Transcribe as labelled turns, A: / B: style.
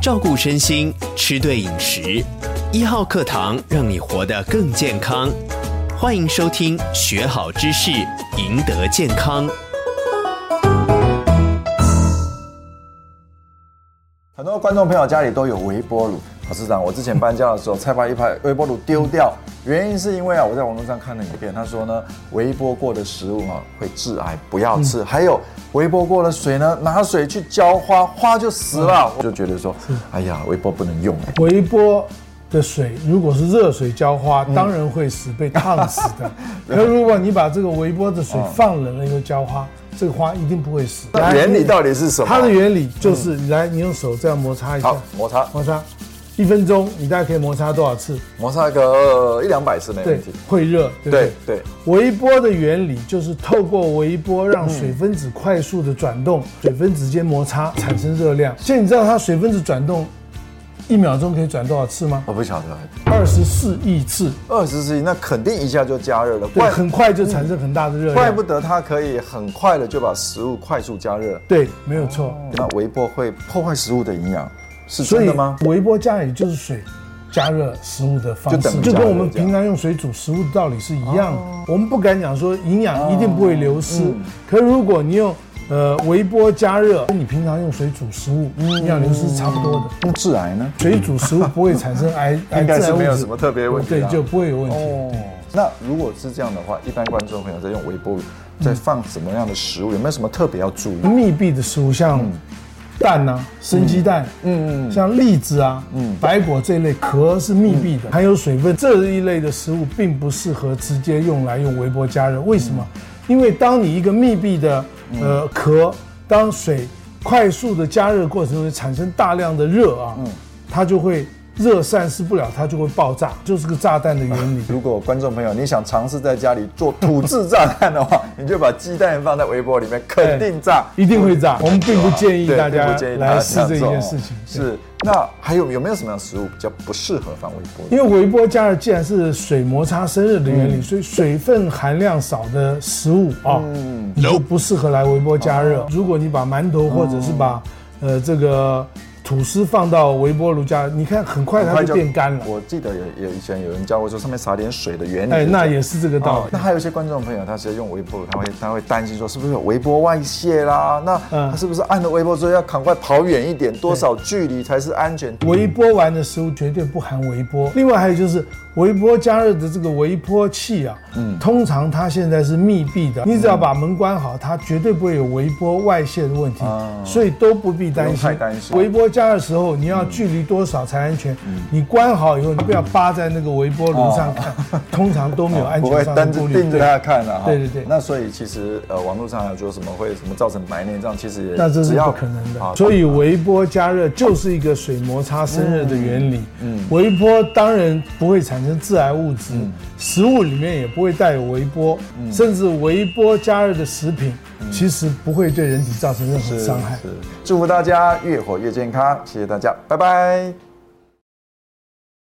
A: 照顾身心，吃对饮食。一号课堂让你活得更健康，欢迎收听，学好知识，赢得健康。
B: 很多观众朋友家里都有微波炉，老师长，我之前搬家的时候，菜把一排微波炉丢掉，原因是因为啊，我在网络上看了影片，他说呢，微波过的食物啊会致癌，不要吃。还有微波过的水呢，拿水去浇花，花就死了。我就觉得说，哎呀，微波不能用哎。
C: 微波的水如果是热水浇花，
B: 嗯
C: 当然会死，被烫死 的。可如果你把这个微波的水放冷了以后浇花，这个花一定不会死。
B: 那原理到底是什么？嗯
C: 它的原理就是，来，你用手这样摩擦一下
B: 好，摩擦，
C: 摩擦，一分钟你大概可以摩擦多少次？
B: 摩擦个一两百次没
C: 对
B: 问题。，
C: 会热，对不对
B: 对？对，
C: 微波的原理就是透过微波让水分子快速的转动，水分子间摩擦产生热量。现在你知道它水分子转动一秒钟可以转多少次吗？
B: 我不晓得，
C: 二十四亿次，
B: 二十世纪那肯定一下就加热了，
C: 对，
B: 怪
C: 很快就产生很大的热
B: 怪
C: 量。
B: 不得它可以很快的就把食物快速加热。
C: 对，没有错。
B: 那微波会破坏食物的营养，是
C: 所
B: 哦真
C: 以
B: 的吗？
C: 微波加也就是水加热食物的方
B: 就等
C: 式，
B: 于
C: 就
B: 加热哦
C: 跟我们平常用水煮食物的道理是一样的。我们不敢讲说营养一定不会流失，
B: 嗯
C: 可如果你用呃微波加热，跟你平常用水煮食物
B: 嗯
C: 营养流失是差不多的。
B: 那致癌呢？
C: 水煮食物不会产生癌 癌
B: 应该
C: 致癌
B: 是
C: 物
B: 没有
C: 质
B: 什么特别问题啊
C: 对
B: 啦，
C: 就不会有问题。
B: 哦。那如果是这样的话，一般观众朋友在用微波炉，
C: 嗯
B: 在放什么样的食物？有没有什么特别要注意？
C: 密闭的食物，像蛋啊、生鸡蛋，嗯嗯嗯，像栗子啊、嗯，白果这一类壳是密闭的，含有水分这一类的食物，并不适合直接用来用微波加热。为什么？因为当你一个密闭的呃壳，当水快速的加热过程中会产生大量的热啊，它就会热散失不了，它就会爆炸，就是个炸弹的原理。
B: 如果观众朋友你想尝试在家里做土制 炸弹的话，你就把鸡蛋放在微波里面，肯定炸，
C: 哎一定会炸我们并不建议
B: 对
C: 大家
B: 并不建议大
C: 来
B: 这样
C: 试这
B: 做
C: 一件
B: 哦
C: 事情对
B: 是，那还有有没有什么样的食物比较不适合放微波炉？
C: 因为微波加热既然是水摩擦生热的原理，所以水分含量少的食物啊，你就不适合来微波加热。如果你把馒头或者是把呃这个吐司放到微波炉加热，你看很快它就变干了。
B: 我记得有有以前有人教过说上面撒点水的原理。
C: 哎，
B: 就是
C: 那也是这个道
B: 哦，
C: 理
B: 那。还有一些观众朋友，他是用微波炉，他会他会担心说是不是有微波外泄啦？那
C: 嗯
B: 他是不是按了微波之后要赶快跑远一点，多少距离才是安全？
C: 微波完的食物绝对不含微波。另外还有就是微波加热的这个微波器啊，
B: 嗯
C: 通常它现在是密闭的，你只要把门关好，它绝对不会有微波外泄的问题，所以都不必担
B: 啊不用太
C: 心。
B: 担心嗯
C: 微波加热的时候，你要距离多少才安全？你关好以后，你不要扒在那个微波炉上看，通常都没有安
B: 哦不
C: 全
B: 会
C: 上的
B: 单着
C: 顾虑。
B: 盯着
C: 对
B: 他看啊了哈。
C: 对对对
B: 那所以其实呃，网络上有说什么会什么造成白内障，其实也
C: 那这是
B: 只要
C: 不可能
B: 啊
C: 的。所以微波加热就是一个水摩擦生
B: 嗯
C: 热的原理。微波当然不会产生致癌物质，
B: 嗯
C: 食物里面也不会带有微波，甚至微波加热的食品其实不会对人体造成任何
B: 嗯是
C: 伤害。
B: 是祝福大家越活越健康，谢谢大家，拜拜。